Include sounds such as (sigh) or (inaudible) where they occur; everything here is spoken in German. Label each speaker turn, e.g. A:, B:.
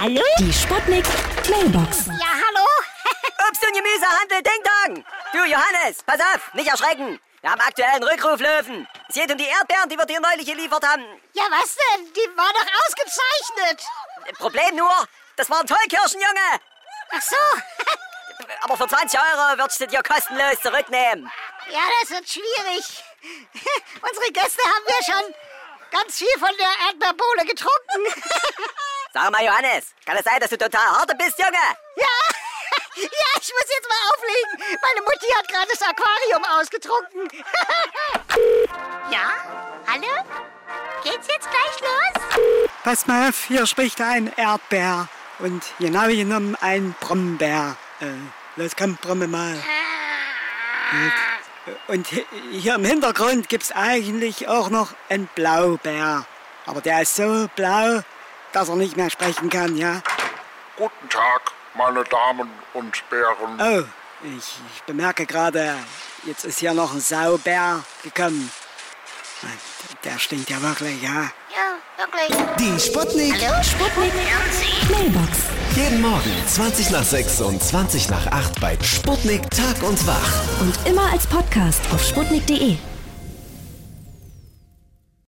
A: Hallo?
B: Die Sputnik Mailbox.
A: Ja, hallo? (laughs)
C: Obst und Gemüsehandel Ding Dong. Du, Johannes, pass auf, nicht erschrecken. Wir haben aktuell einen Rückruf, Löwen. Es geht um die Erdbeeren, die wir dir neulich geliefert haben.
A: Ja, was denn? Die war doch ausgezeichnet.
C: Problem nur, das waren Tollkirschen, Junge.
A: Ach so. (laughs)
C: Aber für 20 Euro würdest du dir kostenlos zurücknehmen.
A: Ja, das wird schwierig. (laughs) Unsere Gäste haben ja schon ganz viel von der Erdbeerbohle getrunken. (laughs)
C: Sag mal, Johannes, kann es sein, dass du total harte bist, Junge?
A: ja. (laughs) Ja, ich muss jetzt mal auflegen. Meine Mutti hat gerade das Aquarium ausgetrunken. (laughs)
D: Ja? Hallo? Geht's jetzt gleich los?
E: Pass mal auf, hier spricht ein Erdbär und genau genommen ein Brombeer. Äh, los, komm, brumme mal. Äh, Und hi- hier im Hintergrund gibt's eigentlich auch noch einen Blaubeer. Aber der ist so blau, dass er nicht mehr sprechen kann, ja?
F: Guten Tag, meine Damen und Herren.
E: Oh, ich, ich bemerke gerade, jetzt ist hier noch ein Saubär gekommen. Mann, Der stinkt ja wirklich, ja?
D: Ja, wirklich.
G: Die Sputnik.
B: Sputnik Mailbox.
G: Jeden Morgen 20 nach 6 und 20 nach 8 bei Sputnik Tag und Wach.
B: Und immer als Podcast auf sputnik.de.